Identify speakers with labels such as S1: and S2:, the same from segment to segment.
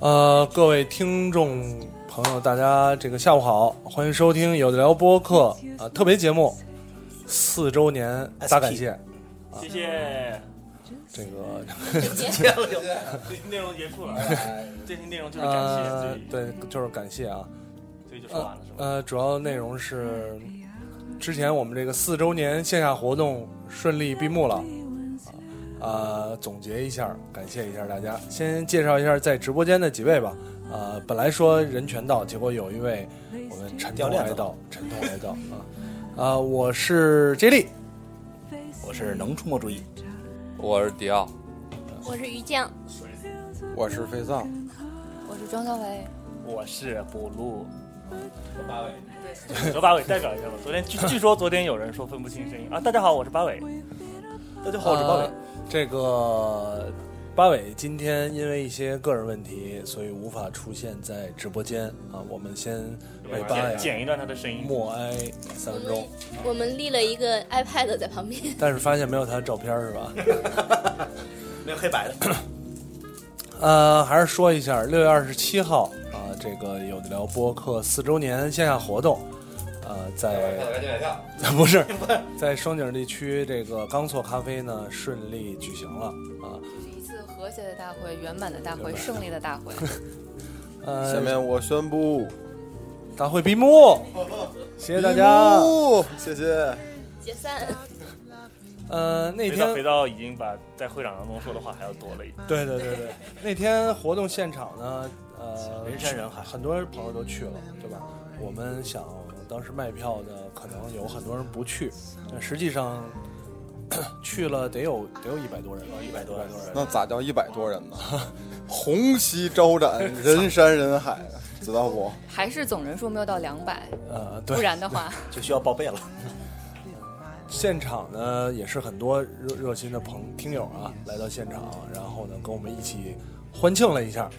S1: 呃，各位听众朋友，大家这个下午好，欢迎收听有的聊播客啊、呃特别节目四周年大感谢，
S2: 谢谢。
S1: 这个
S2: 内容结束了，这期内容就是
S1: 呃
S2: 感谢，
S1: 对，就是感谢啊，
S2: 所以就说完了是吧？
S1: 呃，主要内容是之前我们这个四周年线下活动顺利闭幕了，啊、呃总结一下，感谢一下大家。先介绍一下在直播间的几位吧，呃，本来说人全到，结果有一位我们沉痛 哀悼，沉痛哀悼啊，啊、我是 J 莉，
S3: 我是能出没注意，
S4: 我是迪奥，
S5: 我是于酱，
S6: 我是肥皂，
S7: 我是庄小伟，
S2: 我是补录。九八尾，九八尾代表一下吧。昨天据据说昨天有人说分不清声音啊。大家好，我是八尾。大家好，我是八尾
S1: 呃。这个八尾今天因为一些个人问题，所以无法出现在直播间啊。我们先为哎八
S2: 剪
S1: 尾啊
S2: 剪一段他的声音。
S1: 默哀三分钟，
S5: 我们立了一个 iPad 在旁边。
S1: 但是发现没有他的照片是吧？
S3: 没有黑白的，
S1: 呃，还是说一下，六月二十七号啊、这个有的聊播客四周年线下活动，呃，在 不 是在双井地区这个刚错咖啡呢顺利举行了啊。
S7: 是一次和谐的大会、圆满的大
S1: 圆
S7: 会、
S1: 满
S7: 胜利的大会。
S1: 呃，
S6: 下面我宣布，
S1: 大会闭幕，谢谢大家。
S6: 哦，谢谢。
S5: 解散，啊
S1: 呃，那
S2: 肥皂肥
S1: 天
S2: 皂已经把在会场当中说的话还要多了一点。
S1: 对对对对，那天活动现场呢，呃，
S3: 人山人海
S1: 很多朋友都去了，对吧？我们想当时卖票的可能有很多人不去，但实际上 去了得有得有一百多人吧，一百多人，
S6: 那咋叫一百多人呢？ 红旗招 展，人山人海，知道不？
S7: 还是总人数没有到两百，
S1: 呃，对
S7: 不，然的话，
S3: 就需要报备了。
S1: 现场呢也是很多热热心的朋听友啊来到现场，然后呢跟我们一起欢庆了一下。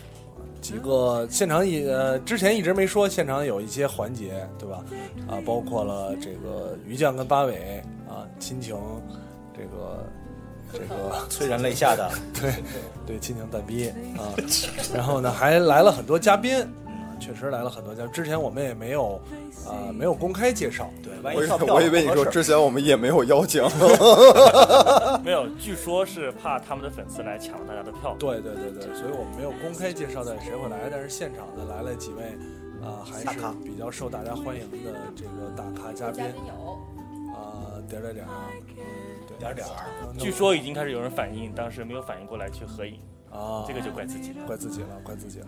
S1: 几个现场也、呃、之前一直没说，现场有一些环节，对吧？啊，包括了这个于酱跟八尾啊亲情，这个这个
S3: 催人泪下的
S1: 对对亲情蛋逼啊，然后呢还来了很多嘉宾，啊确实来了很多嘉宾。之前我们也没有啊、没有公开介绍，对，
S3: 万
S6: 我
S3: 一
S6: 以
S3: 跳
S6: 为
S3: 票
S6: 我以为你
S3: 哎不
S6: 说
S3: 合适
S6: 之前我们也没有邀请，
S2: 没有，据说是怕他们的粉丝来抢大家的票。
S1: 对对对对，所以我们没有公开介绍到底谁会来，但是现场呢来了几位，呃，还
S3: 大
S1: 是
S3: 咖
S1: 比较受大家欢迎的这个大咖嘉宾
S7: 嘉宾有
S1: 啊、点儿点儿啊点儿啊，对
S3: 点儿点儿，
S1: 那么
S2: 据说已经开始有人反应，当时没有反应过来去合影，
S1: 啊，
S2: 这个就怪自己了。
S1: 怪自己了，怪自己了。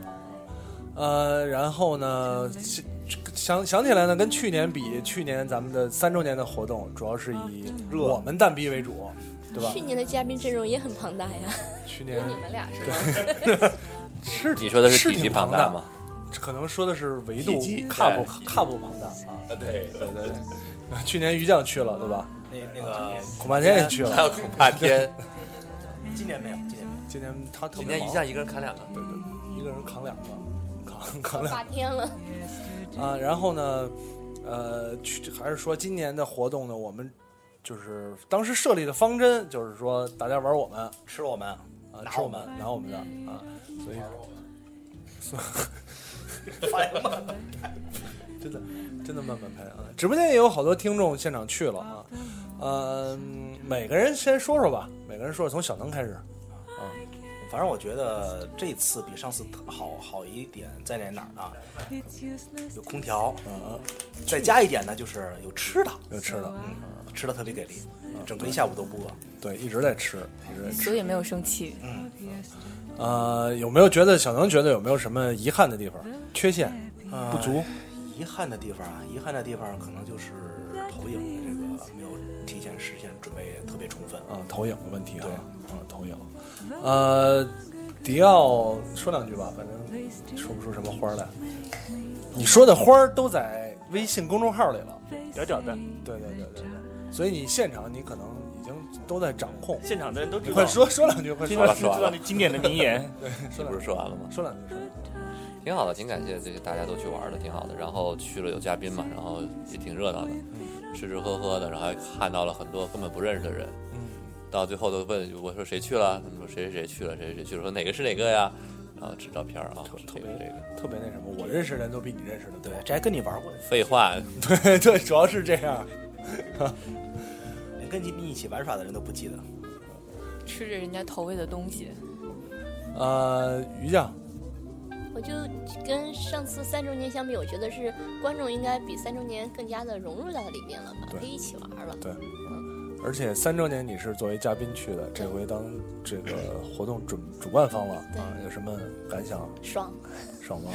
S1: 呃，然后呢，其想想起来呢，跟去年比，去年咱们的三周年的活动主要是以我们蛋逼为主，对吧
S5: 去？年的嘉宾阵容也很庞 大呀，
S1: 去年
S7: 你们俩是吧？
S1: 是
S4: 你说的是
S1: 是
S4: 体积
S1: 挺
S4: 庞
S1: 大
S4: 大吗？？
S1: 可能说的是维度
S3: 体积
S1: 跨步
S3: 对
S1: 跨步庞大啊。
S4: 对，
S1: 对对对， 去年于酱去了对吧？
S3: 那那个
S1: 孔霸天也去了，
S4: 有恐怕天，
S3: 今年没有，今年没有，
S1: 今年他特
S4: 今
S1: 别
S4: 天
S1: 忙，
S4: 一下一个人砍两个，
S1: 对对，一个人扛两个，扛扛两
S5: 八天了，
S1: 个啊。然后呢，呃，去还是说今年的活动呢，我们就是当时设立的方针就是说大家玩我们
S3: 吃我们
S1: 啊，
S3: 拿
S1: 吃我
S3: 我
S1: 们
S3: 们
S1: 拿我们的啊，所以。所
S3: 哎
S1: 以真的，真的慢慢拍啊！直播间也有好多听众现场去了啊，呃，每个人先说说吧，每个人说说，从小能开始，
S3: 反正我觉得这次比上次特好好一点，在哪儿呢？有空调，
S1: 嗯，
S3: 再加一点呢，就是有吃的，
S1: 有吃的，
S3: 嗯，吃的特别给力，整个一下午都不饿。
S1: 对，一直在吃，一直在吃。
S7: 所以没有生气。
S1: 呃，有没有觉得小能觉得有没有什么遗憾的地方、缺陷、啊不足？
S3: 遗憾的地方啊，遗憾的地方可能就是投影的这个没有提前实现准备特别充分。
S1: 啊，投影的问题啊，啊，投影。呃，迪奥说两句吧，反正说不出什么花儿来。你说的花儿都在微信公众号里了，
S2: 屌屌的，
S1: 对对对对对，所以你现场你可能已经都在掌控。
S2: 现场的人都知道
S1: 快。说说两句，快
S2: 听
S1: 说
S2: 到
S1: 两
S4: 了
S1: 句，
S2: 知道那经典的名言，
S1: 说
S4: 不
S1: 两
S4: 是
S1: 句，
S4: 说完了吗？
S1: 说两句，说两句。
S4: 挺好的，挺感谢这个大家都去玩的，挺好的。然后去了有嘉宾嘛，然后也挺热闹的，吃吃喝喝的，然后还看到了很多根本不认识的人。
S1: 嗯
S4: 到最后都问我说谁去了，他们说谁谁谁去了，谁谁谁去了，说哪个是哪个呀？然后指照片儿 啊，是这个这个。
S1: 特别那什么，我认识的人都比你认识的
S3: 对
S1: 多。，
S3: 这还跟你玩过，
S4: 废话，
S1: 对 对，主要是这样。
S3: 连 跟你一起玩耍的人都不记得。
S7: 吃着人家投喂的东西，
S1: 呃，于酱，
S5: 我就跟上次三周年相比，我觉得是观众应该比三周年更加的融入到里面了吧，
S1: 对
S5: 可以一起玩了。
S1: 而且三周年你是作为嘉宾去的，这回当这个活动主主办方了
S5: 对
S1: 啊，有什么感想？
S5: 爽，
S1: 爽吗？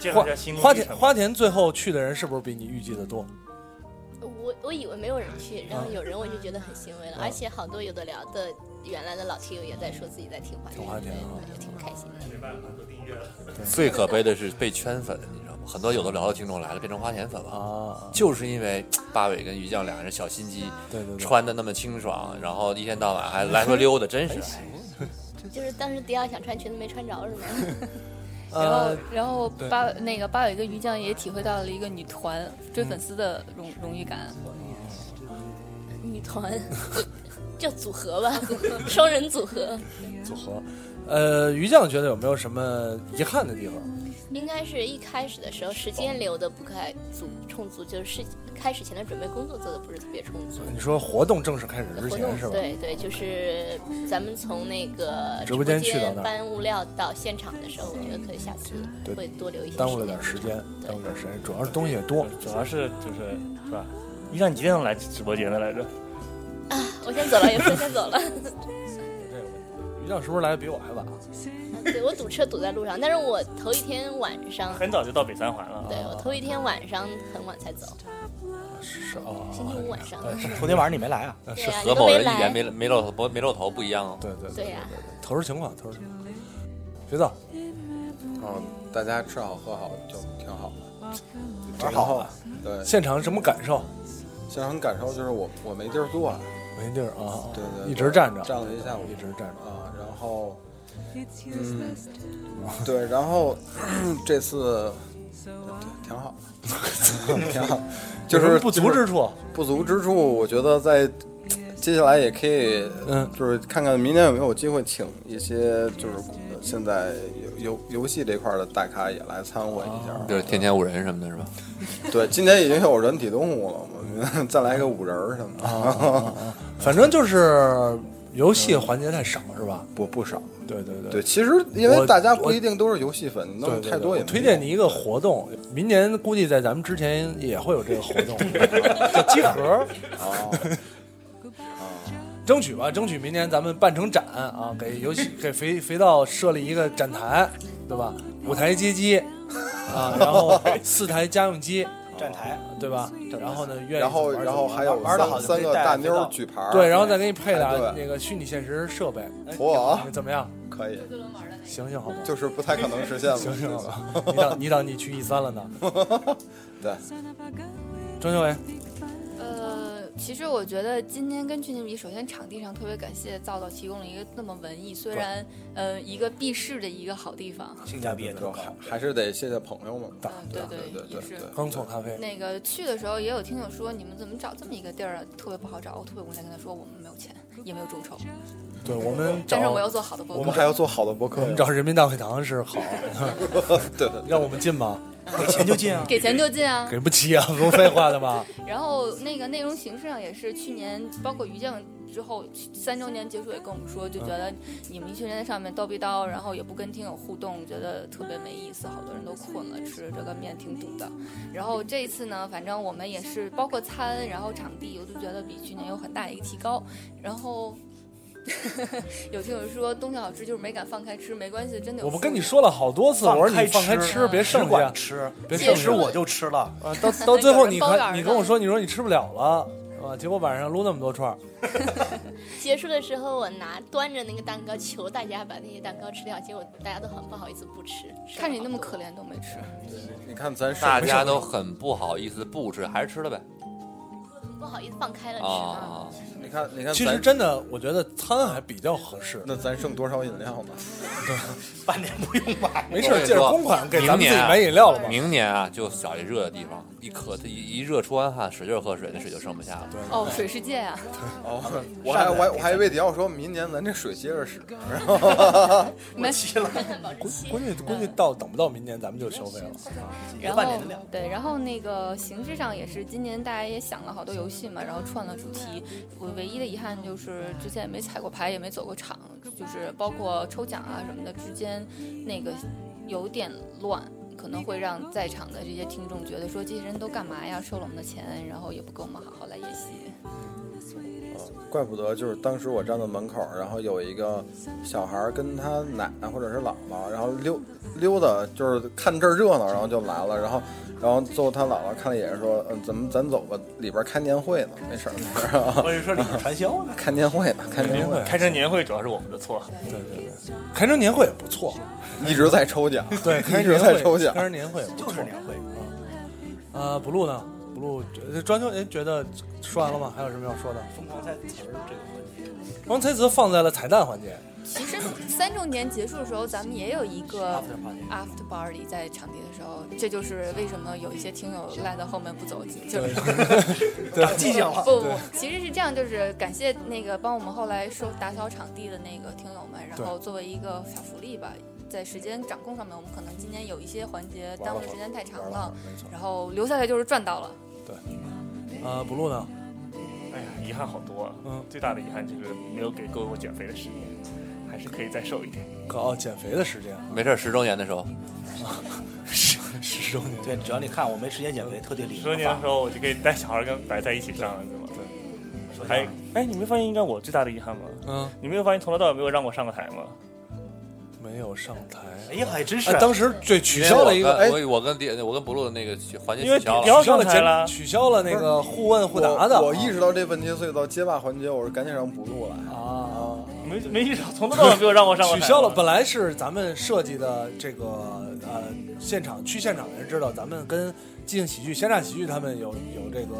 S2: 介绍
S1: 花
S2: 一下新
S1: 花
S2: 路历
S1: 田
S2: 程
S1: 花田最后去的人是不是比你预计的多？
S5: 我我以为没有人去，然后有人我就觉得很欣慰了，
S1: 啊
S5: 而且好多有的聊的原来的老听友也在说自己在听花
S1: 听花
S5: 田
S1: 田啊，
S5: 也挺开心的。
S4: 最可悲的是被圈粉，你知道吗？很多有的聊的听众来了，变成花田粉了，
S1: 啊，
S4: 就是因为八尾跟于酱俩人小心机，
S1: 对对对，
S4: 穿的那么清爽，然后一天到晚还来回溜达，真是。哎
S5: 就是当时迪奥想穿裙子没穿着是吗？
S7: 然后、
S1: 呃，
S7: 然后
S1: 对
S7: 八那个八尾跟鱼酱也体会到了一个女团追粉丝的荣荣誉感，
S5: 女团， 叫组合吧，双人组合，
S1: 组合，呃，于酱觉得有没有什么遗憾的地方？
S5: 应该是一开始的时候时间留的不太足充足，就是开始前的准备工作做的不是特别充足。
S1: 你说活动正式开始嗯之
S5: 活
S1: 前
S5: 动
S1: 是吧？
S5: 对对，就是咱们从那个
S1: 直播间去到那儿嗯
S5: 搬物料到现场的时候，我觉得可以下次
S1: 对
S5: 会多留一些
S1: 耽误了点时间，
S5: 对
S1: 耽误点时间，主要是东西也多。
S2: 主要是就是是吧？你让你几点钟来直播间的来着？
S5: 我先走了，有事先走了。
S1: 于酱是不是来的比我还晚？啊
S5: 对我堵车堵在路上，但是我头一天晚上，
S2: 很早就到北三环了，啊
S5: 对我头一天晚上很晚才走，
S1: 啊是啊，
S5: 星期五晚上。
S3: 头天晚上你没 来啊？
S5: 对呀、啊，
S4: 和
S5: 你都
S4: 某
S5: 没
S4: 人一
S5: 来
S4: 年。没没露头没露头不一样哦。
S1: 对对
S5: 对啊呀、
S1: 投资情况，投资情况。学长，
S6: 嗯，大家吃好喝好就挺好的，
S3: 嗯玩好了
S6: 对，
S1: 现场什么感受？
S6: 现场感受就是我我没地儿坐，
S1: 没地儿啊，
S6: 对对对
S1: 一直站着，
S6: 站了一下午
S1: 一直站着。
S6: 啊，然后，嗯， 对，然后 这次对挺好 的，挺好，就
S1: 有什
S6: 是
S1: 么不足
S6: 就是
S1: 之处，
S6: 不足之处，我觉得在接下来也可以，
S1: 嗯
S6: 就是看看明年有没有机会请一些就是现在游游游戏这块的大咖也来掺和一下，
S1: 哦
S4: 就是天天五人什么的，是吧？
S6: 对，今年已经有人体动物了，我们再来个五人儿什么
S1: 哦
S6: 的，
S1: 反正就是游戏环节太少，是吧？
S6: 不不少。
S1: 对对对
S6: 对，其实因
S1: 我
S6: 为大家不一定都是游戏粉，
S1: 对
S6: 弄
S1: 对
S6: 太多
S1: 对我
S6: 也没
S1: 推荐
S6: 用
S1: 你一个活动，明年估计在咱们之前也会有这个活 动，叫集合，
S6: 哦，
S1: 争取吧，争取明年咱们办成展啊，给游戏给肥肥皂设立一个展台，对吧？五台街机啊，然后四台家用机，
S3: 站台，
S1: 对吧？然后呢，愿意
S6: 然后
S1: 玩
S6: 然后
S1: 就
S6: 还有
S3: 玩得好就可
S6: 三三
S3: 以
S6: 个
S3: 带
S6: 大
S3: 肥
S6: 妞
S3: 皂
S6: 儿举牌儿，
S1: 对，然后再给你配点
S6: 哎对
S1: 那个虚拟现实设备，
S6: 嚯，
S1: 怎么样？
S6: 可以，
S1: 行行好吗？
S6: 就是不太可能实现吧，
S1: 行行好吧，你等你等你去 E 三了呢。
S6: 对，
S1: 庄修伟，
S7: 呃，其实我觉得今年跟去年比，首先场地上特别感谢造造提供了一个那么文艺，虽然呃一个避世的一个好地方。
S3: 性价比也
S6: 就
S3: 挺高
S6: 还。还是得谢谢朋友们吧，
S7: 嗯，对
S6: 对对
S7: 也
S6: 对
S7: 是。
S6: 对，
S1: 刚错咖啡，
S7: 那个去的时候也有听友说，你们怎么找这么一个地儿啊？特别不好找。我特别无奈跟他说，我们没有钱，也没有众筹，
S1: 对我们
S7: 但是
S1: 找
S7: 我要做好的播
S6: 我
S7: 客
S6: 们。还要做好的播客
S1: 我
S3: 嗯
S6: 呀
S1: 们，找人民大会堂是好，
S6: 对对，
S1: 让我们进吗？
S3: 给钱就进啊，
S7: 给钱就进 啊！
S1: 给不起啊， 不废话的吧？
S7: 然后那个内容形式上也是去年，包括于酱之后三周年结束也跟我们说，就觉得你们一群人在上面叨逼叨，然后也不跟听友互动，觉得特别没意思，好多人都困了，吃着这个面挺堵的。然后这一次呢，反正我们也是包括餐，然后场地，我就觉得比去年有很大一个提高。然后有听友说东西好吃，就是没敢放开吃，没关系，真的有
S1: 我不跟
S7: 素
S1: 你
S7: 人
S1: 说了好多次，我说你放开
S3: 放开
S1: 吃，
S7: 吃
S1: 别
S3: 只
S1: 剩下
S3: 管。吃，
S1: 别
S7: 借
S1: 剩
S3: 其
S7: 吃
S3: 实
S1: 下
S7: 了
S3: 我就吃了，
S1: 啊，到到最后你
S7: 有人包圆
S1: 看，
S7: 儿
S1: 你跟我说你说你吃不了了，啊，结果晚上撸那么多串儿，
S5: 结束的时候，我拿端着那个蛋糕，求大家把那些蛋糕吃掉，结果大家都很不好意思不吃。吃了
S7: 看你那么
S5: 好多
S7: 可怜都没吃，
S6: 你看咱是
S4: 大家都很不好意思不吃，还是吃了 呗。
S5: 不好意思放开了吃。
S4: 啊，
S1: 哦
S6: 你看你看咱，
S1: 其实真的，我觉得餐还比较合适。
S6: 那咱剩多少饮料呢？
S3: 半年不用买，
S1: 没事
S4: 我跟
S1: 儿，
S4: 你
S1: 借着
S4: 说
S1: 公款给
S4: 明
S1: 咱们自己
S4: 年啊
S1: 买饮料了吧？
S4: 明年啊，就找一热的地方，一渴一一热出完汗，使劲喝水，那水就剩不下了。
S7: 哦，水世界 啊，
S6: 哦， 我还我还我还以为迪奥说明年咱这水接着使，然后
S7: 没
S1: 估估计估计到等不到明年咱们就消费了。
S7: 然后
S3: 半年的量
S7: 对，然后那个形式上也是，今年大家也想了好多游戏嘛，然后串了主题。我唯一的遗憾就是之前也没彩过排，也没走过场，就是包括抽奖啊什么的之间，那个有点乱。可能会让在场的这些听众觉得说这些人都干嘛呀，收了我们的钱，然后也不跟我们好好来演习。
S6: 怪不得就是当时我站在门口，然后有一个小孩儿跟他奶奶或者是姥姥，然后溜溜达，就是看这儿热闹，然后就来了，然后然后最后他姥姥看了一眼说，嗯，咱们咱走吧，里边儿开年会呢，没事儿，没事儿
S3: 我是说里面传销
S2: 啊
S3: 呢。
S6: 开年会呢，开年会，
S2: 开成年会主要是我们的错，
S1: 开成年会也不错，
S6: 一直在抽奖，
S1: 对，开成
S6: 一直
S1: 年
S6: 在
S1: 会
S6: 抽奖
S1: 开，成年会也不错
S3: 就是年会，
S1: 呃，不录呢，不录。呃装修，您觉得说完了吗？还有什么要说的？
S3: 疯狂猜词儿这个问题，
S1: 王才子放在了彩蛋环节，
S7: 其实三周年结束的时候，咱们也有一个
S3: After party
S7: after party 在场地的时候，这就是为什么有一些听友赖到后面不走，就是
S3: 长记性
S1: 哦
S3: 了。
S7: 不不，其实是这样，就是感谢那个帮我们后来收打扫场地的那个听友们，然后作为一个小福利吧，在时间掌控上面，我们可能今年有一些环节耽误的时间太长了，然后留下来就是赚到了。
S1: 呃，不录呢。
S2: 哎呀，遗憾好多啊。
S1: 嗯
S2: 最大的遗憾就是没有给够我减肥的时间，还是可以再瘦一点。
S1: 搞减肥的时间，
S4: 没事儿，十周年的时候，
S1: 十十周年。
S3: 对，只要你看我没时间减肥，特地理
S2: 十周年的时候，我就可以带小孩跟白菜一起上了，对吗？
S3: 说
S2: 还哎，你没发现应该我最大的遗憾吗？
S1: 嗯，
S2: 你没有发现从头到尾没有让我上过台吗？
S1: 没有上台。
S3: 哎呀，还真是
S1: 哎，当时对取
S4: 取
S1: 消了一个，哎，
S4: 我我跟迪我跟不录的那个环节
S2: 因为
S4: 取消
S2: 迪奥
S4: 了。
S1: 取消了
S2: 上台了
S1: 节，取消了那个互问 互答的。
S6: 我我意识到这问题，所以到街霸环节，我是赶紧让补录来。
S1: 啊，
S2: 没没意识到，从头 到尾没有让我上过
S1: 取
S2: 台。
S1: 消了。本来是咱们设计的这个呃，现场去现场的人知道，咱们跟即兴喜剧、鲜榨喜剧他们有有这个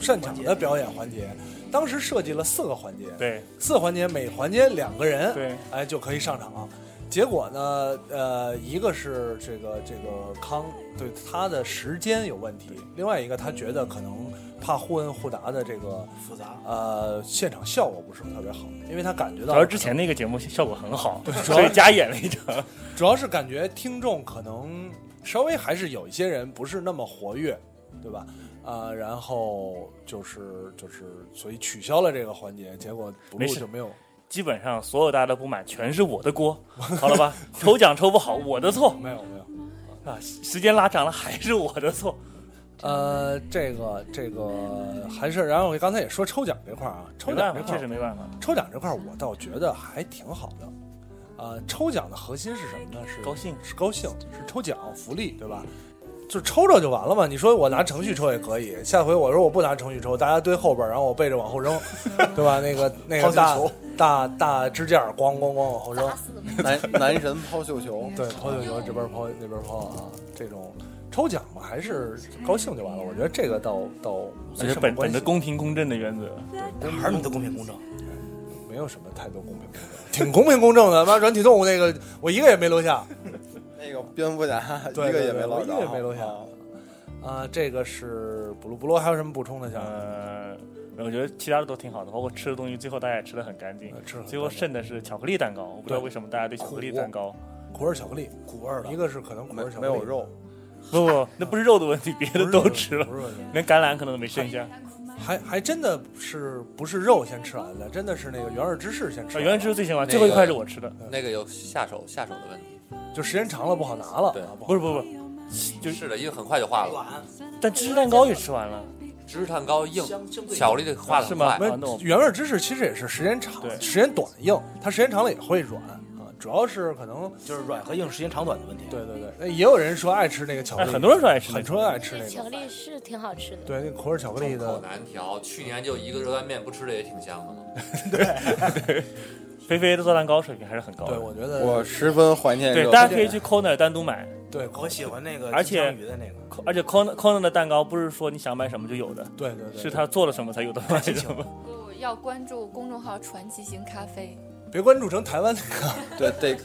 S1: 擅长的表演环节。当时设计了四个环节，
S2: 对，
S1: 四个环节每环节两个人，
S2: 对，
S1: 哎就可以上场。结果呢，呃，一个是这个这个康对他的时间有问题，另外一个他觉得可能怕互问互答的这个
S3: 复杂，
S1: 呃现场效果不是特别好，因为他感觉
S2: 主
S1: 到
S2: 要是之前那个节目效果很好，
S1: 主要
S2: 所以加演了一场。
S1: 主要是感觉听众可能稍微还是有一些人不是那么活跃，对吧？啊、然后就是就是，所以取消了这个环节，结果不录
S2: 没事
S1: 就没有
S2: 基本上所有大家的不满全是我的 锅，好了吧？抽奖抽不好，我的错
S1: 没有没有。
S2: 啊！时间拉长了还是我的错。
S1: 呃，这个这个还是，然后我刚才也说抽奖这块儿啊，抽
S2: 没办
S1: 奖这
S2: 法，确
S1: 块儿
S2: 实没办法。
S1: 抽奖这块儿我倒觉得还挺好的。呃，抽奖的核心是什么呢？是
S2: 高兴
S1: 是高兴，是抽奖福利，对吧？就抽着就完了嘛。你说我拿程序抽也可以，下回我说我不拿程序抽，大家堆后边儿，然后我背着往后扔， 对吧？那个那
S3: 抛
S1: 个
S3: 绣
S1: 大
S3: 球
S1: 大大支架儿咣咣咣往后扔
S5: 砸，死的嘛
S6: 男男神抛绣球，
S1: 对，抛绣球这边抛那边抛啊，这种抽奖嘛，还是高兴就完了。我觉得这个倒倒
S2: 这
S1: 没
S2: 是
S1: 什么
S2: 本
S1: 关
S2: 本
S1: 系
S2: 着，公平公正的原则。
S3: 哪儿你都公平公正。
S1: 没有什么太多公平公正，挺公平公正的。妈，软体动物那个我一个也没留下。
S6: 那个蝙蝠侠一
S1: 对
S6: 个也
S1: 对
S6: 没
S1: 对我
S6: 捞
S1: 一
S6: 着，
S1: 个也没捞下
S6: 啊
S1: 啊，这个是补录补录，还有什么补充的？想、
S2: 呃，我觉得其他的都挺好的，包括吃的东西，最后大家也吃的很干净
S1: 呃。吃了很
S2: 最后
S1: 干净
S2: 剩的是巧克力蛋糕，我不知道
S1: 对
S2: 为什么大家对巧克力蛋糕，
S1: 苦味巧克力，
S3: 苦味儿的
S1: 一个是可能苦
S6: 没
S1: 味巧克力
S6: 没有，肉，
S2: 不不，那不是肉的问题，别
S1: 不是
S2: 的都吃了
S1: 不，是肉馅
S2: 连橄榄可能都没剩下。
S1: 还还真的是不是肉先吃完的，真的是那个原味芝士先
S2: 啊，
S1: 吃完
S2: 原来吃的最先完，
S4: 那
S2: 最后一
S4: 个
S2: 块是我吃的。
S4: 那个有下手下手的问题，
S1: 就时间长了不好拿了，
S4: 对
S1: 啊、不
S2: 不
S1: 好
S2: 是不是不
S4: 是的，因为很快就化了。
S3: 碗
S2: 是，但芝士蛋糕也吃完了。
S4: 芝士蛋糕硬，
S3: 相相对
S4: 巧克力化的
S2: 是
S4: 很
S2: 吗
S4: 快
S1: 没。
S2: 啊那我
S1: 原味芝士其实也是时间长，
S2: 对
S1: 时间短硬，它时间长了也会软啊，主要是可能
S3: 就是软和硬时间长短的问题。
S1: 对对对，那也有人说爱吃那个巧克力，
S2: 哎很多人说爱吃那个
S1: 很多人爱吃那
S5: 巧
S1: 个，
S5: 克力是挺好吃的，
S1: 对，那口味巧克力
S4: 口
S1: 的，
S4: 难调。去年就一个热干面不吃的也挺香 的嘛。
S2: 菲菲的做蛋糕水平还是很高
S1: 对，
S2: 的。
S1: 我觉得
S6: 我十分怀念
S2: 对
S6: 热，
S2: 大
S6: 干
S2: 家可以
S6: 面。
S2: 去 Corner 单独买，
S1: 对
S3: 我喜欢那个
S2: 而
S3: 金
S2: 且
S3: 枪鱼的那个，
S2: 而且 Corner Corner 的蛋糕不是说你想买什么就有的，
S1: 对对对，
S2: 是他做了什么才有的卖什么。
S7: 不要关注公众号“传奇型咖啡
S1: 别关注成台湾那个，
S6: 对，得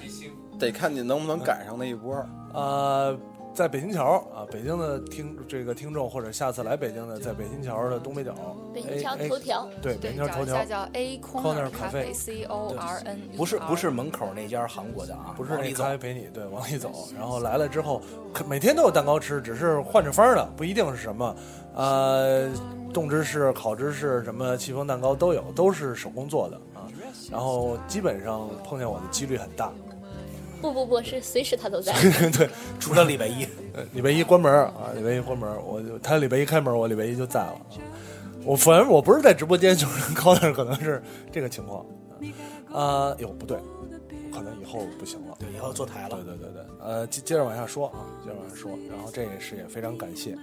S6: 得看你能不能赶上那一波。
S1: 呃，在北新桥啊，北京的听这个听众或者下次来北京的，在北新桥的东北角，
S5: 北京桥头
S1: A-
S5: 条
S1: A- 对，”，北
S7: 对，
S1: 京桥
S7: 找
S1: 头
S7: 一
S1: 条，
S7: 下叫 A
S1: Corner
S7: Corner 咖啡 C O R N，
S3: 不是不是门口那家韩国的啊，
S1: 不是
S3: 往
S1: 那
S3: 里走
S1: 咖啡陪你，对，往里走，然后来了之后，可每天都有蛋糕吃，只是换着方儿的，不一定是什么，呃，冻芝士、烤芝士，什么戚风蛋糕都有，都是手工做的啊，然后基本上碰见我的几率很大，哎
S5: 不不不是随时他都在。
S1: 对，
S3: 除了礼拜一，
S1: 呃礼拜一关门儿啊，礼拜一关门儿，我就他礼拜一开门儿，我礼拜一就在了。啊我反正我不是在直播间，就是高点，可能是这个情况。啊，哟、不对，可能以后不行了。
S3: 对，以后坐台了
S1: 对。对对对，呃，接接着往下说啊，接着往下说。然后这也是也非常感谢，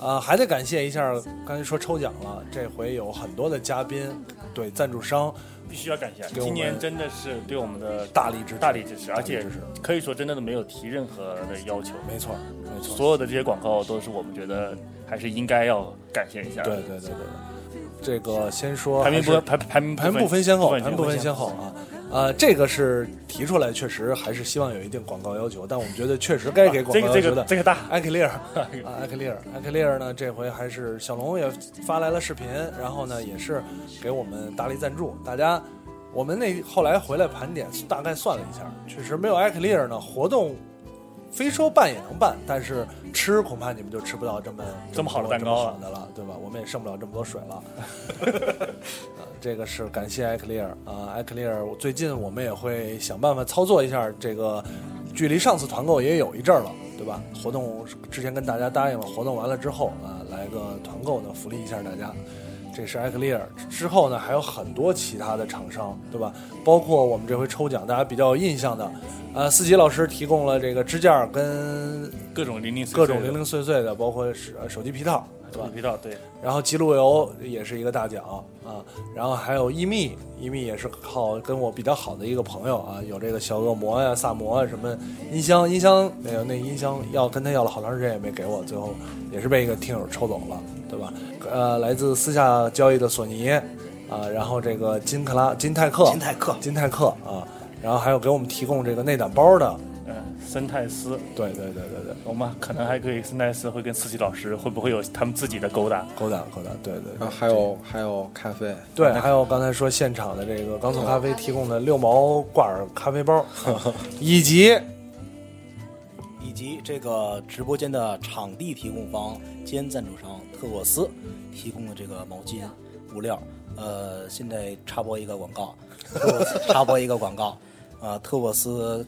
S1: 啊，还得感谢一下，刚才说抽奖了，这回有很多的嘉宾，对赞助商
S2: 必须要感谢，
S1: 给我们
S2: 今年真的是对我们的
S1: 大力支持，
S2: 大力支持，而且
S1: 支持
S2: 可以说真正的没有提任何的要求，
S1: 没错没错。
S2: 所有的这些广告都是我们觉得还是应该要感谢一下。
S1: 对，对对对对，这个先说
S2: 排名
S1: 还是
S2: 不排排名
S1: 排名不分先后，排名
S2: 名
S1: 不分
S2: 先
S1: 先后啊。呃，这个是提出来，确实还是希望有一定广告要求，但我们觉得确实该给广
S2: 这个
S1: 告要
S2: 啊这
S1: 求
S2: 个哎
S1: 的。
S2: 这个大，
S1: 艾克 利尔，啊，艾克利尔，艾克利尔呢？这回还是小龙也发来了视频，然后呢，也是给我们大力赞助。大家，我们那后来回来盘点，大概算了一下，确实没有艾克利尔呢，活动非说办也能办，但是吃恐怕你们就吃不到这么
S2: 这么好的
S1: 多
S2: 蛋糕啊
S1: 这么
S2: 了
S1: 好的了，对吧？我们也剩不了这么多水了。呃 这个是感谢艾克利尔啊，艾克利尔，最近我们也会想办法操作一下这个，距离上次团购也有一阵儿了，对吧？活动之前跟大家答应了，活动完了之后啊，来个团购呢，福利一下大家。这是艾克利尔之后呢，还有很多其他的厂商，对吧？包括我们这回抽奖，大家比较有印象的，呃，四级老师提供了这个支架跟
S2: 各种零零碎碎
S1: 各
S2: 的
S1: 种零零碎碎的，包括手呃手机皮套，对吧
S2: 手？皮套，对，
S1: 然后极路游也是一个大奖啊，然后还有一密，一密也是靠跟我比较好的一个朋友啊，有这个小恶魔呀、萨摩啊什么音箱，音箱那个那音箱要跟他要了好长时间也没给我，最后也是被一个听友抽走了，对吧？呃，来自私下交易的索尼啊，然后这个金克拉金泰克
S3: 金泰克
S1: 金泰克啊，然后还有给我们提供这个内胆包的，
S2: 嗯，生态丝，
S1: 对对对对对，
S2: 我们可能还可以生态丝会跟四季老师会不会有他们自己的勾搭？
S1: 勾搭勾搭，对对对
S6: 啊，。还有还有咖啡，
S1: 对，
S3: 啊
S1: 还有刚才说现场的这个钢索咖啡提供的六毛挂耳咖啡 包，以及
S3: 以及这个直播间的场地提供方兼赞助商特沃斯提供的这个毛巾布料。呃，现在插播一个广告，特沃斯插播一个广告。呃，特沃斯，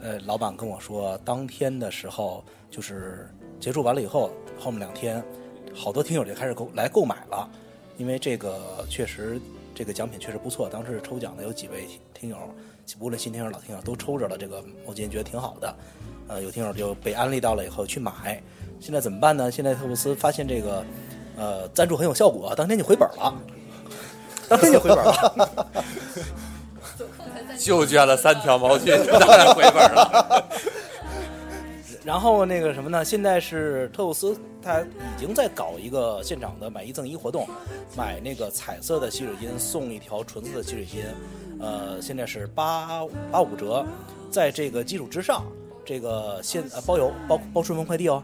S3: 呃，老板跟我说，当天的时候就是结束完了以后，后面两天，好多听友就开始购来购买了，因为这个确实这个奖品确实不错。当时抽奖的有几位听友，无论新听友老听友都抽着了这个毛巾，觉得挺好的。呃，有听友就被安利到了以后去买。现在怎么办呢？现在特布斯发现这个，呃，赞助很有效果，当天就回本了，当天就回本了。
S4: 就捐了三条毛巾，当然回本了。
S3: 然后那个什么呢？现在是特布斯，他已经在搞一个现场的买一赠一活动，买那个彩色的吸水巾送一条纯色的吸水巾，呃，现在是八八五折，在这个基础之上，这个现呃包邮包包顺丰快递哦。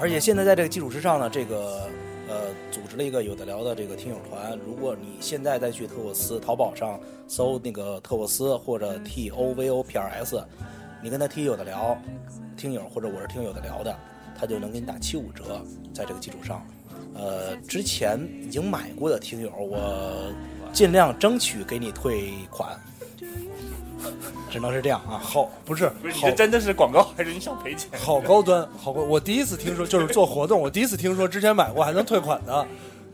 S3: 而且现在在这个基础之上呢，这个呃组织了一个有的聊的这个听友团。如果你现在再去特沃斯淘宝上搜那个特沃斯或者 T O V O P R S，你跟他提有的聊听友或者我是听有的聊的，他就能给你打七五折，在这个基础上。呃，之前已经买过的听友，我尽量争取给你退 款，只能是这样啊。好，
S1: 不是
S2: 不是，你
S1: 好
S2: 这真的是广告，还是你想赔钱？
S1: 好高端，好高，我第一次听说就是做活动，我第一次听说之前买过还能退款的，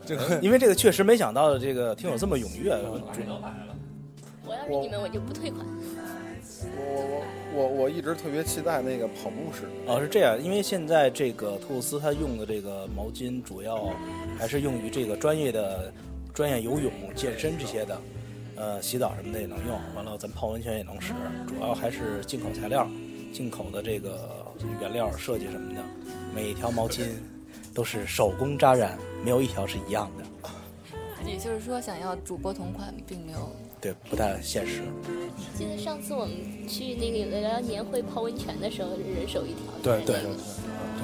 S1: 这个
S3: 呃因为这个确实没想到这个听友这么踊跃，
S5: 我要是你们，我就不退款。
S6: 我我我我一直特别期待那个跑步式，
S3: 哦，是这样，因为现在这个兔斯他用的这个毛巾主要还是用于这个专业的专业游泳、健身这些的，呃，洗澡什么的也能用，完了咱泡温泉也能使，主要还是进口材料、进口的这个原料设计什么的，每一条毛巾都是手工扎染，没有一条是一样的，
S7: 也就是说，想要主播同款，并没有。
S3: 对，不太现实。
S5: 记得上次我们去那个聊聊年会泡温泉的时候，人手一条。
S1: 对对对
S3: 对，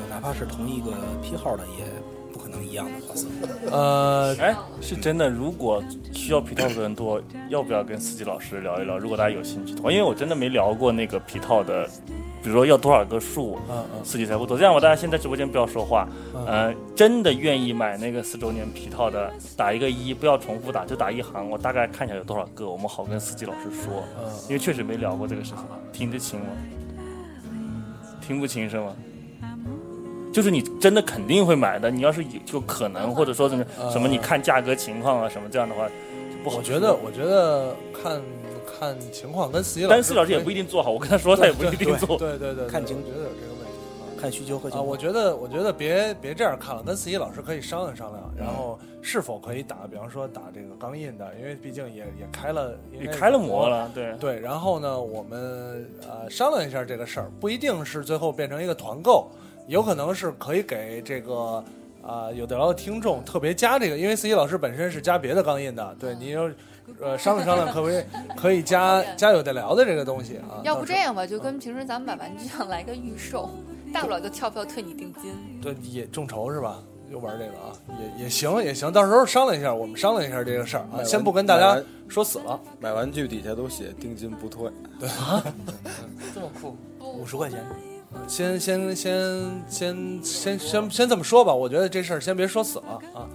S3: 哪怕是同一个批号的，也不可能一样的发色。
S1: 呃，
S2: 哎，是真的，如果需要皮套的人多，要不要跟司机老师聊一聊？如果大家有兴趣的话，因为我真的没聊过那个皮套的，比如说要多少个数，
S1: 嗯嗯，
S2: 司机才会多。这样吧，大家先在直播间不要说话，
S1: 嗯
S2: 呃，真的愿意买那个四周年皮套的，打一个一，不要重复打，就打一行，我大概看一下有多少个，我们好跟司机老师说，
S1: 嗯
S2: 因为确实没聊过这个事情。听得清吗？听不清是吗？就是你真的肯定会买的，你要是有就可能，或者说什么
S1: 呃
S2: 什么，你看价格情况啊什么这样的话，就不好
S1: 我
S2: 说。
S1: 觉得我觉得看看情况跟司机老师，
S2: 但是老师也不一定做好，我跟他说他也不一定做。
S1: 对对对，
S3: 看情
S1: 我觉得有这个问题
S3: 看需求和
S1: 啊。啊，我觉得我觉得别别这样看了，跟司机老师可以商量商量，
S2: 嗯
S1: 然后是否可以打，比方说打这个钢印的，因为毕竟也也开了，
S2: 你开了模。了，对，
S1: 对，然后呢，我们呃商量一下这个事儿，不一定是最后变成一个团购，有可能是可以给这个啊、有的聊的听众特别加这个，因为司机老师本身是加别的钢印的，对你有呃商量商量，可不可以可以加加有的聊的这个东西啊？
S7: 要不
S1: 到时
S7: 这
S1: 候
S7: 样吧，就跟平时咱们买玩具上来个预售，大不了就跳票退你定金。
S1: 对，也众筹是吧？又玩这个啊，也也行也行，到时候商量一下，我们商量一下这个事儿
S6: 买
S1: 啊，
S6: 完
S1: 先不跟大家
S6: 买完
S1: 说死了，
S6: 买玩具底下都写定金不退，
S2: 这么酷。
S3: 五十块钱，
S1: 先先先先先先先这么说吧，我觉得这事儿先别说死了啊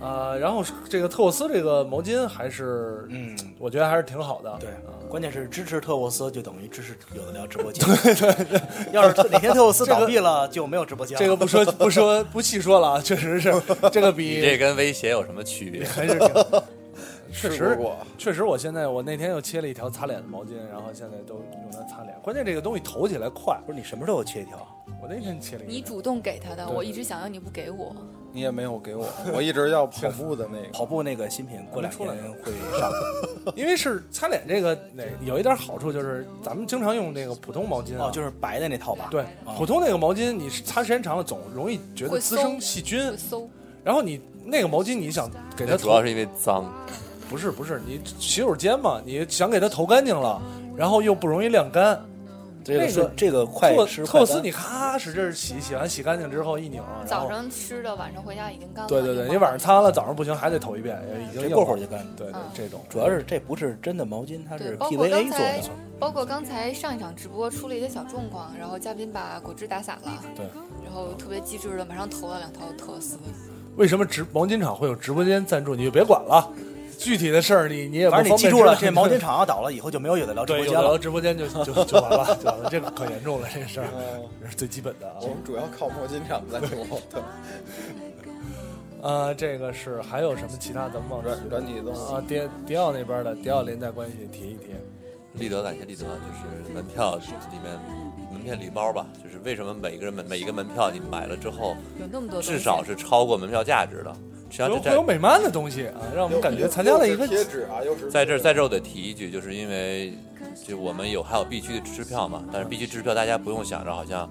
S1: 啊、然后这个特沃斯这个毛巾还是，
S3: 嗯，
S1: 我觉得还是挺好的，
S3: 对
S1: 啊，
S3: 关键是支持特沃斯，就等于支持有的聊直播间。 对对对，要是哪天特沃斯倒闭了，就没有直播间了。
S1: 这个不说不说不细说了啊，确实 是这个比
S4: 你这跟威胁有什么区别？
S1: 还是挺。确
S6: 试
S1: 实，
S6: 过，
S1: 确实，我现在我那天又切了一条擦脸的毛巾，然后现在都用它擦脸。关键这个东西投起来快，
S3: 不是你什么时候切一条？啊
S1: 我那天切了一条。
S7: 你主动给他的，
S1: 对
S7: 我一直想要你不给我。
S6: 你也没有给我，我一直要跑步的那 个。
S3: 跑步那个新品过两天会上，
S1: 因为是擦脸这个哪有一点好处就是，咱们经常用那个普通毛巾啊，
S3: 哦，就是白的那套吧？
S1: 对
S3: 哦
S1: 普通那个毛巾，你擦时间长了总容易觉得
S7: 会
S1: 滋
S7: 馊
S1: 生细菌
S7: 就，搜，
S1: 然后你那个毛巾你想给它
S4: 那主
S1: 投
S4: 要是因为脏，
S1: 不是不是你洗手间嘛，你想给它投干净了，然后又不容易晾干。
S3: 这个
S1: 那
S3: 是
S1: 个
S3: 这个快
S1: 特
S3: 吃
S1: 特
S3: 快
S1: 斯
S3: 干
S1: 你咔使劲洗，洗完洗干净之后一拧，然
S7: 早
S1: 后
S7: 上吃的，晚上回家已经干了。
S1: 对对对，你晚上擦了，早上不行还得投一遍，已经
S3: 这
S1: 硬
S3: 过会儿
S1: 了
S3: 就干。
S1: 对对
S7: 嗯
S1: 这种
S3: 主要是这不是真的毛巾，它是
S7: 对包括
S3: PVA
S7: 刚
S3: 做
S7: 才
S3: 的。
S7: 包括刚才上一场直播出了一些小状况，然后嘉宾把果汁打洒了，
S1: 对，
S7: 然后特别机智的马上投了两条特斯。
S1: 为什么直毛巾厂会有直播间赞助，你就别管了。具体的事儿你你也不
S3: 反正你
S1: 方
S3: 记
S1: 便
S3: 住了，
S1: 知
S3: 这
S1: 道
S3: 毛巾厂要倒了，以后就没有有的聊直 播
S1: 对，有
S3: 间
S1: 的聊
S3: 了。
S1: 直播间就就就完了，就完了，这个可严重了，这个事儿，
S6: 嗯
S1: 这是最基本的啊
S6: 我。们主要靠毛巾厂赞助，对，
S1: 呃，这个是还有什么其他咱们忘记
S6: 软
S1: 的
S6: 软体动
S1: 啊？迪迪奥那边的迪奥连带关系提一提。
S4: 立德感谢立德，就是门票里面门票礼包吧，就是为什么每个人每每一个门票你买了之后，
S7: 有那么多东西，
S4: 至少是超过门票价值的。实际上
S1: 有
S4: 这
S1: 会有
S4: 在
S1: 美漫的东西啊，让我们感觉参加了一个
S6: 又是贴纸啊，又是
S4: 在这儿在这儿我得提一句，就是因为就我们有还有必须的支票嘛，但是必须支票大家不用想着好像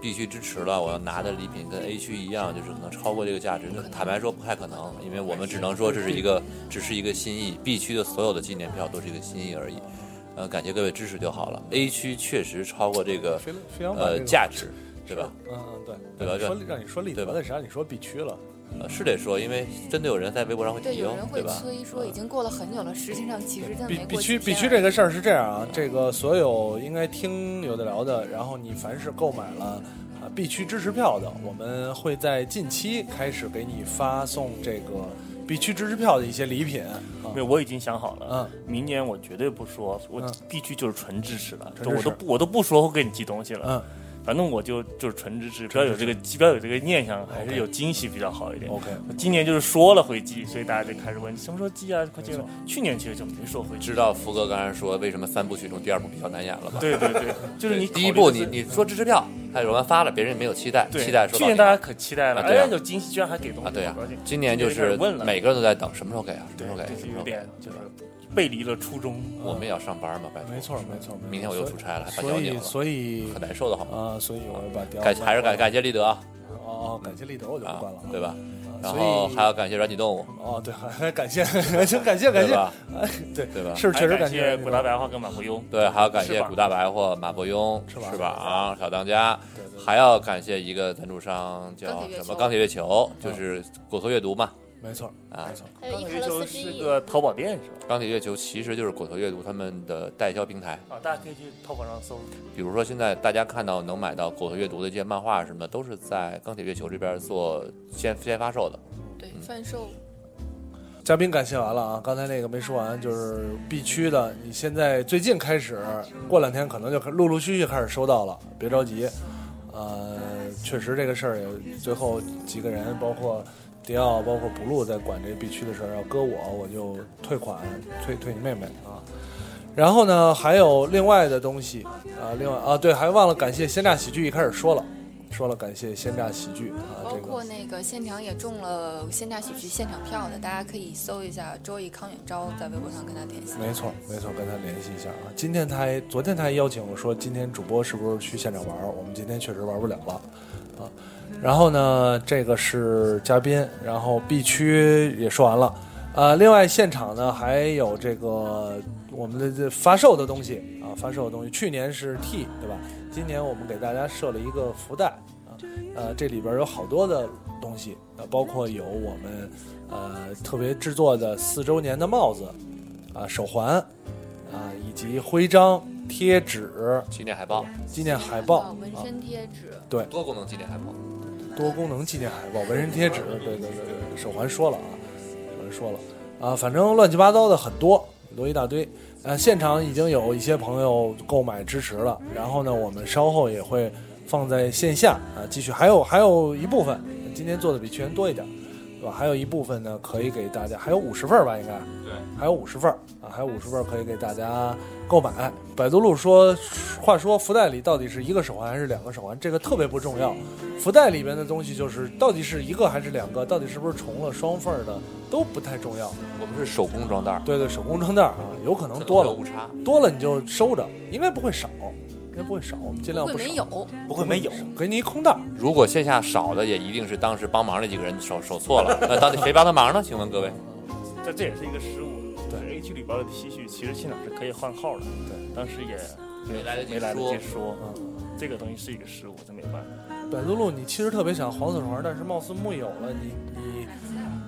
S4: 必须支持了，我要拿的礼品跟 A 区一样，就是可能超过这个价值，那坦白说不太可能，因为我们只能说这是一个只是一个心意，B 区的所有的纪念票都是一个心意而已。呃，感谢各位支持就好了。A 区确实超过这个
S1: 飞飞扬版这
S4: 呃
S1: 个
S4: 价值，对吧？
S1: 嗯嗯对，
S4: 对吧
S1: 说
S4: 这
S1: 让你说立德
S4: 对
S1: 的，
S4: 吧
S1: 谁让你说必区了？
S4: 呃，是得说，因为真的有人在微博上会
S7: 对
S4: 提
S7: 有
S4: 哦
S7: 人，会
S4: 对吧？
S7: 催说已经过了很久了，实际上其实真的
S1: 必
S7: 没
S1: 必
S7: 过
S1: 须必
S7: 几天
S1: 须这个事儿是这样啊，这个所有应该听有的聊的，然后你凡是购买了啊必区支持票的，我们会在近期开始给你发送这个必区支持票的一些礼品啊
S2: 没有，我已经想好了，
S1: 嗯
S2: 明年我绝对不说，我
S1: 嗯
S2: 必须就是纯支持了，
S1: 纯
S2: 就我
S1: 支持
S2: 都不我都不说会给你寄东西了。
S1: 嗯，
S2: 反正我就就是纯支持，不要有这个不要有这个念想，还是有惊喜比较好一点。
S1: OK，
S2: 今年就是说了会寄，所以大家就开始问什么时候寄啊？快寄了！去年其实就没说会寄。
S4: 知道福哥刚才说为什么三部曲中第二部比较难演了吧？
S2: 对对对，就是你
S4: 对第一部你
S2: 考虑
S4: 你说支持票，他有人发了，别人也没有期待，
S2: 对
S4: 期待说
S2: 去年大家可期待了，
S4: 啊对啊
S2: 哎，有惊喜居然还给东西，
S4: 啊对啊
S2: 好高兴，
S4: 今年就
S2: 有
S4: 是
S2: 点问了
S4: 每个人都在等什么时候给啊，什
S2: 对
S4: 么时候，给，
S2: 这是
S4: 什么时
S2: 有
S4: 候给
S2: 点，就是背离了初衷。
S1: 嗯
S4: 我们也要上班嘛，拜托，
S1: 没错没错。没错
S4: 明天我又出差了，还
S1: 所
S4: 办交警
S1: 以
S4: 了，
S1: 所以
S4: 很难受的好吗？
S1: 啊，所以我要把电话
S4: 感还是感感谢立德啊，
S1: 哦，感谢立德我就不
S4: 啊
S1: 关了，
S4: 对吧？
S1: 啊
S4: 然
S1: 所以
S4: 后还要感谢软体动物，
S1: 哦，对， 还还感谢感谢感谢感
S4: 对
S1: 谢，
S4: 吧？
S1: 哎，对
S4: 对吧
S1: 是确实
S2: 还哎感
S1: 谢
S2: 古达白话跟马伯庸，
S4: 对，还要感
S2: 翅
S4: 谢
S2: 膀
S4: 古大白或马伯庸、
S1: 翅膀
S4: 翅膀、小当家
S1: 对对，对
S4: 还要感谢一个赞助商
S7: 钢
S4: 叫
S7: 铁月
S4: 什么？
S7: 球
S4: 钢铁月球，就是果壳阅读嘛。
S1: 没错
S4: 啊
S1: 没，错，
S5: 还有
S2: 刚
S5: 一
S2: 才
S5: 卡
S2: 这
S5: 洛
S2: 周
S5: 斯之
S2: 是
S5: 翼，
S2: 个淘宝店是吧？
S4: 钢铁月球其实就是果壳阅读他们的代销平台。
S2: 啊，大家可以去淘宝上搜。
S4: 比如说现在大家看到能买到果壳阅读的这些漫画什么的，都是在钢铁月球这边做先先发售的。
S7: 对
S1: 嗯
S7: 贩售
S1: 嘉宾感谢完了啊，刚才那个没说完，就是必须的。你现在最近开始，过两天可能就开陆陆续续开始收到了，别着急。呃，确实这个事儿也最后几个人，包括迪奥，包括 blue 在管这必须的事儿，要搁我我就退款，退退你妹妹啊。然后呢，还有另外的东西啊，另外啊，对，还忘了感谢鲜榨喜剧，一开始说了，说了感谢鲜榨喜剧啊，
S8: 包
S1: 这
S8: 括
S1: 个
S8: 那个现场也中了现榨喜剧现场票的，大家可以搜一下周易康远昭，在微博上跟他联系。
S1: 没错，没错，跟他联系一下啊。今天他还，昨天他还邀请我说，今天主播是不是去现场玩儿？我们今天确实玩不了了，啊。然后呢，这个是嘉宾，然后 B 区也说完了，呃，另外现场呢还有这个我们的这发售的东西啊，发售的东西，去年是 T 对吧？今年我们给大家设了一个福袋啊，呃，这里边有好多的东西，呃，包括有我们呃特别制作的四周年的帽子，啊手环啊，以及徽章、贴纸、
S4: 纪念海报，
S1: 纪念海报
S7: 啊纹
S1: 啊，
S7: 身贴纸，
S4: 多功能纪念海报。
S1: 多功能纪念海报、纹身贴纸，对对对对，手环说了啊，手环说了啊，反正乱七八糟的很多，很多一大堆。呃，现场已经有一些朋友购买支持了，然后呢，我们稍后也会放在线下啊继续，还有还有一部分今天做的比去年多一点，对吧？还有一部分呢可以给大家，还有五十份儿吧，应该对，还有五十份儿啊，还有五十份儿可以给大家购买。百度路说，话说福袋里到底是一个手环还是两个手环，这个特别不重要，福袋里面的东西就是到底是一个还是两个，到底是不是重了双份儿的都不太重要。
S4: 我们是手工装袋儿，
S1: 对对，手工装袋儿啊，有可能多
S4: 可
S1: 了
S4: 能会有误差。
S1: 多了你就收着，应该不会少，应该不会少，我们尽量
S8: 会
S1: 不
S8: 没
S1: 少，
S8: 有，
S1: 不会没有，给你一空袋儿。
S4: 如果线下少的，也一定是当时帮忙那几个人手手错了。那到底谁帮的忙呢？请问各 位，
S2: 这这也是一个失误。对，A 区里边的 T 恤其实现场是可以换号的，对，当时也
S4: 没来得及
S2: 没来得
S4: 说
S2: 及说，这个东西是一个失误，真没办法。
S1: 百度路，你其实特别想黄色手环，但是貌似木有了，你你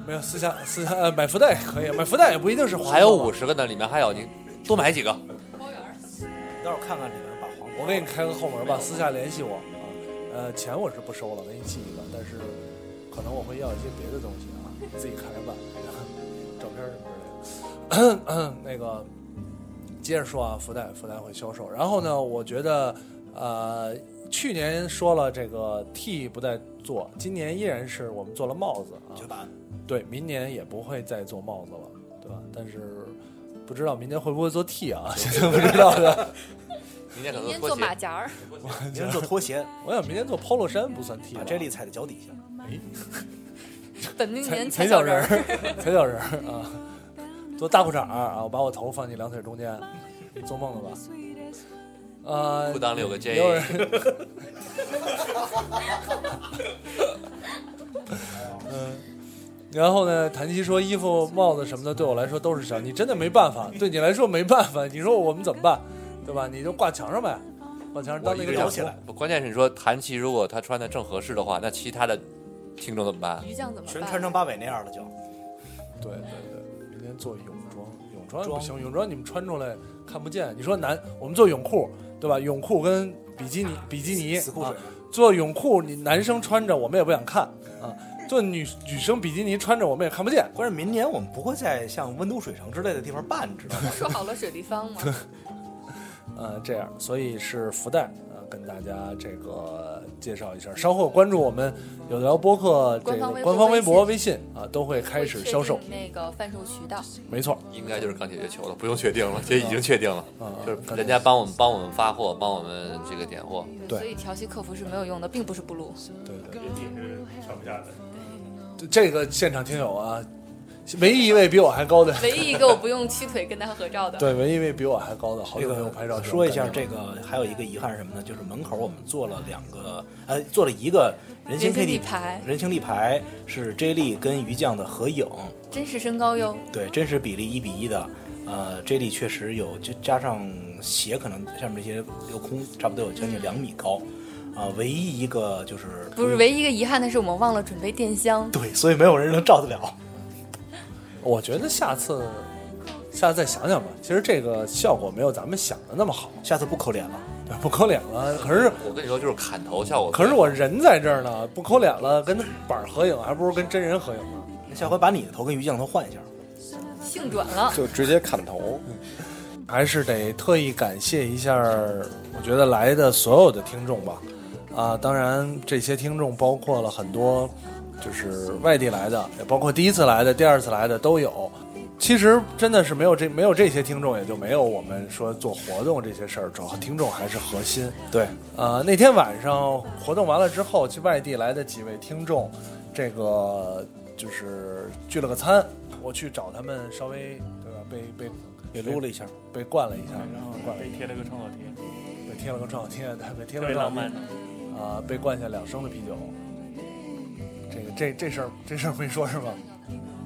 S1: 没有私下私下呃买福袋也可以，买福袋也不一定是黄色。
S4: 还有五，十个呢，里面还有你多买几个。
S3: 待会儿看看里面把黄瓜
S1: 我给你开个后门吧，私下联系我啊。呃，钱我是不收了，给你寄一个，但是可能我会要一些别的东西啊，自己看着 办，照片什么之类的。 那个接着说啊，福袋福袋会销售。然后呢，我觉得呃，去年说了这个 T 不再做，今年依然是我们做了帽子啊，
S3: 绝版，
S1: 对，明年也不会再做帽子了，对吧？但是不知道明年会不会做 T 啊，现 在不知道的。
S4: 明天可
S7: 明
S4: 能
S7: 天
S4: 拖
S7: 做
S4: 鞋
S7: 马，甲儿，
S3: 明天做拖鞋，
S1: 我想明年做 polo 衫不算 T，
S3: 把
S1: 吧
S3: 啊这里踩在脚底下。
S7: 本命
S1: 踩
S7: 年
S1: 踩
S7: 脚
S1: 脚
S7: 人
S1: 人
S7: 儿，
S1: 儿，踩脚人儿啊，做大裤衩儿啊，我把我头放进两腿中间，做梦了吧？呃，
S4: 裤裆里有个 J
S1: 有人，嗯，然后呢，谭琪说衣服、帽子什么的对我来说都是小，你真的没办法，对你来说没办法，你说我们怎么办，对吧？你就挂墙上呗，挂墙上
S4: 我
S1: 当
S4: 一
S1: 那
S4: 个
S1: 个
S4: 人
S1: 角
S4: 想
S1: 落。
S4: 说不关键是你说谭琪，如果他穿的正合适的话，那其他的听众怎么办？
S8: 鱼酱 怎么
S3: 全
S8: 办？
S3: 穿成八尾那样了就，
S1: 对对对，明天做泳装，泳装也
S3: 装
S1: 不行，泳装你们穿出来看不见。你说男，我们做泳裤，对吧？泳裤跟比基尼，比基尼
S3: 死裤水
S1: 啊，做泳裤你男生穿着我们也不想看啊，做女女生比基尼穿着我们也看不见。
S3: 关键明年我们不会再像温都水城之类的地方办，你知道吗？
S7: 说好了水立方吗？
S1: 呃，这样，所以是福袋呃，跟大家这个介绍一下，稍后关注我们有聊播客这
S7: 官
S1: 个
S7: 方微博
S1: 官方微博、
S7: 微
S1: 微信啊、都会开始销售
S7: 会确，定那个贩售渠道。
S1: 没错，
S4: 应该就是钢铁月球了，不用确定了，这已经确定了，
S1: 啊
S4: 就是人家帮我们帮我们发货，帮我们这个点货，
S1: 对
S7: 所以调戏客服是没有用的，并不是不录。
S1: 对对
S2: 人品是吵不架的。
S1: 对，这个现场听友啊，唯一一位比我还高的，
S7: 唯一一 个我不用劈腿跟他合照的，
S1: 对，唯一一位比我还高的，好久没有拍照。
S3: 说一下这个，还有一个遗憾是什么呢？就是门口我们做了两个，呃，做了一个人形
S7: 人形
S3: K
S7: 立
S3: D
S7: 牌，
S3: 人形立牌是 J 莉跟于酱的合影，
S7: 真实身高哟。
S3: 对，真实比例一比一的。呃，J 莉确实有，就加上鞋可能上面这些有空，差不多有将近两米高。啊、唯一一个就是
S7: 不
S1: 嗯
S7: 是，唯一一个遗憾的是我们忘了准备电箱。
S3: 对，所以没有人能照得了。
S1: 我觉得下次下次再想想吧。其实这个效果没有咱们想的那么好，
S3: 下次不抠脸了。
S1: 对不抠脸了。可是
S4: 我跟你说就是砍头效果，
S1: 可是我人在这儿呢，不抠脸了，跟板儿合影还不如跟真人合影呢。
S3: 那下回把你的头跟于酱头换一下。
S7: 性转了，
S6: 就直接砍头。
S1: 还是得特意感谢一下儿，我觉得来的所有的听众吧。啊，当然这些听众包括了很多，就是外地来的，也包括第一次来的、第二次来的都有。其实真的是没有这没有这些听众，也就没有我们说做活动这些事儿。主要听众还是核心。
S3: 对，
S1: 呃，那天晚上活动完了之后，去外地来的几位听众，这个就是聚了个餐，我去找他们，稍微对吧，被被
S3: 也撸了一下。
S1: 被灌了一
S2: 嗯
S1: 下，然后灌了
S2: 被贴了个创可贴，
S1: 被贴了个创可贴，对，被贴
S2: 特
S1: 了
S2: 别
S1: 个
S2: 浪
S1: 创可
S2: 漫
S1: 贴
S2: 的。
S1: 啊、被灌下两升的啤酒。这个这这事儿这事儿没说是吧？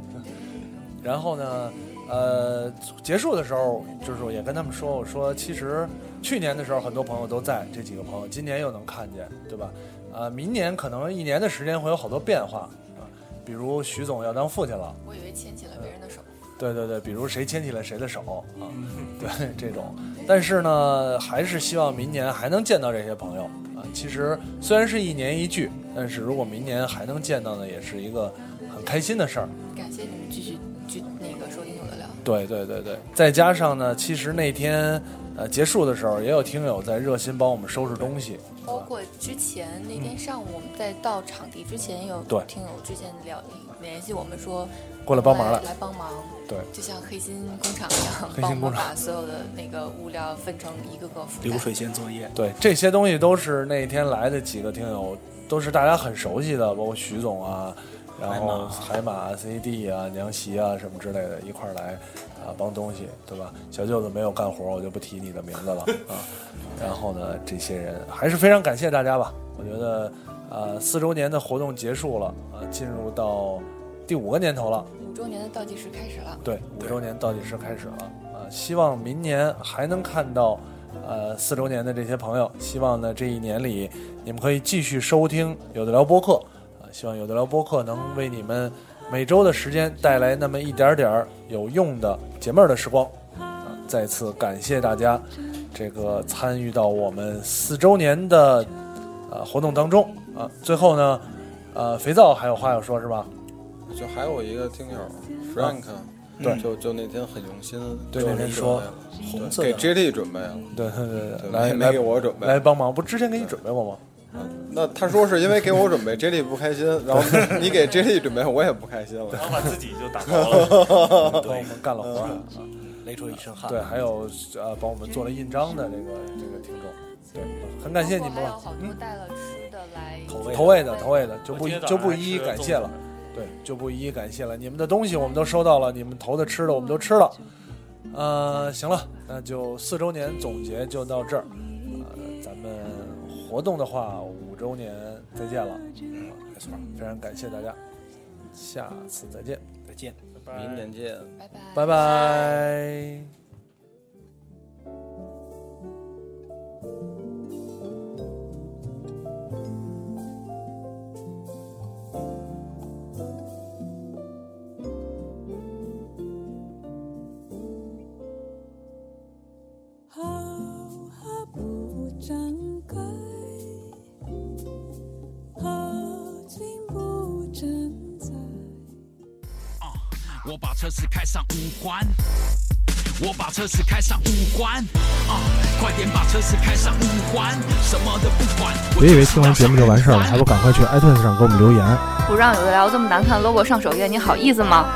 S1: 然后呢，呃，结束的时候就是我也跟他们说，我说其实去年的时候很多朋友都在，这几个朋友今年又能看见，对吧？呃，明年可能一年的时间会有好多变化啊、比如徐总要当父亲了。
S8: 我以为牵起了别人的手。
S1: 对对对，比如谁牵起了谁的手啊， 对这种。但是呢，还是希望明年还能见到这些朋友啊。其实虽然是一年一聚，但是如果明年还能见到呢，也是一个很开心的事儿。
S8: 感谢你们继续继那个收听有的聊，
S1: 对对对对，再加上呢，其实那天呃结束的时候，也有听友在热心帮我们收拾东西，
S8: 包括之前那天上午我们在到场地之前有
S1: 嗯对
S8: 听友之前聊联系我们说
S1: 过来帮忙
S8: 来
S1: 了。
S8: 来帮忙，
S1: 对，
S8: 就像黑心工厂一样，
S1: 黑心
S8: 帮我
S1: 工
S8: 们
S1: 厂
S8: 把所有的那个物料分成一个个覆盖
S3: 流水线作业，
S1: 对，这些东西都是那天来的几个听友，都是大家很熟悉的，包括徐总啊，然后海马、CD 啊、娘席啊什么之类的，一块儿来啊帮东西，对吧？小舅子没有干活，我就不提你的名字了啊。然后呢，这些人还是非常感谢大家吧。我觉得，呃，四周年的活动结束了啊，进入到第五个年头了。
S8: 五周年的倒计时开始了，
S1: 对，五周年倒计时开始了啊、呃希望明年还能看到，呃，四周年的这些朋友。希望呢，这一年里你们可以继续收听有的聊播客啊、希望有的聊播客能为你们每周的时间带来那么一点点儿有用的解闷儿的时光啊、再次感谢大家这个参与到我们四周年的呃活动当中啊、最后呢，呃，肥皂还有话要说是吧？
S6: 就还有一个听友 Frank，
S1: 嗯对
S6: 就就那天很用心，
S1: 对
S6: 就
S1: 那天说
S3: 红色
S6: 给
S3: 的
S6: J D 准备了，
S1: 对对对
S6: 对
S1: 对，来
S6: 没没
S1: 来
S6: 给我准备
S1: 来帮忙，不之前给你准备过吗？
S6: 嗯那他说是因为给我准备 J D 不开心，然后你给 J D 准备我也不开心了。
S2: 然后把自己就打包了，
S3: 嗯
S1: 帮我们干了活儿。
S3: 勒嗯出一身汗。
S1: 对，还有呃，帮我们做了印章的这个这个听众，对，很感谢你们
S7: 包括还有
S1: 了。嗯
S7: 好多带了吃的来，
S3: 口味
S1: 投喂的，投喂的， 就不
S2: 我今天早
S1: 就
S2: 上
S1: 不一一感谢了，对，就不一一感谢了。你们的东西我们都收到了，你们投的吃的我们都吃了。呃，行了，那就四周年总结就到这儿。呃，咱们活动的话，五周年再见了。嗯没错，非常感谢大家，下次再见，
S3: 再见。
S2: 拜拜
S6: 明年见。
S8: 拜拜。
S1: 拜拜。
S9: 好合不张开，好景不常在。
S10: 我把车子开上五环，
S11: 我把车子开上五环，啊，快点把车子开上五环，什么都不管。
S1: 别以为听完节目就完事儿了，还不赶快去 iTunes 上给我们留言。
S7: 不让有的聊这么难看 logo 上首页，你好意思吗？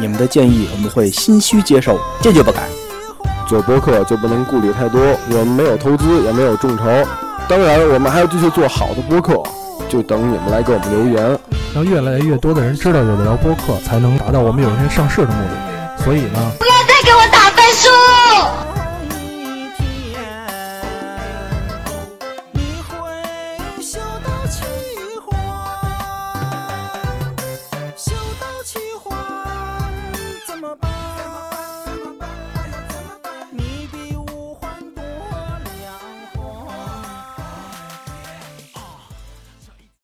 S12: 你们的建议我们会心虚接受，坚决不改。做播客就不能顾虑太多，我们没有投资，也没有众筹，当然我们还要继续做好的播客，就等你们来给我们留言。
S1: 让越来越多的人知道有的聊播客，才能达到我们有一天上市的目的。所以呢，
S5: 不要再给我打分数。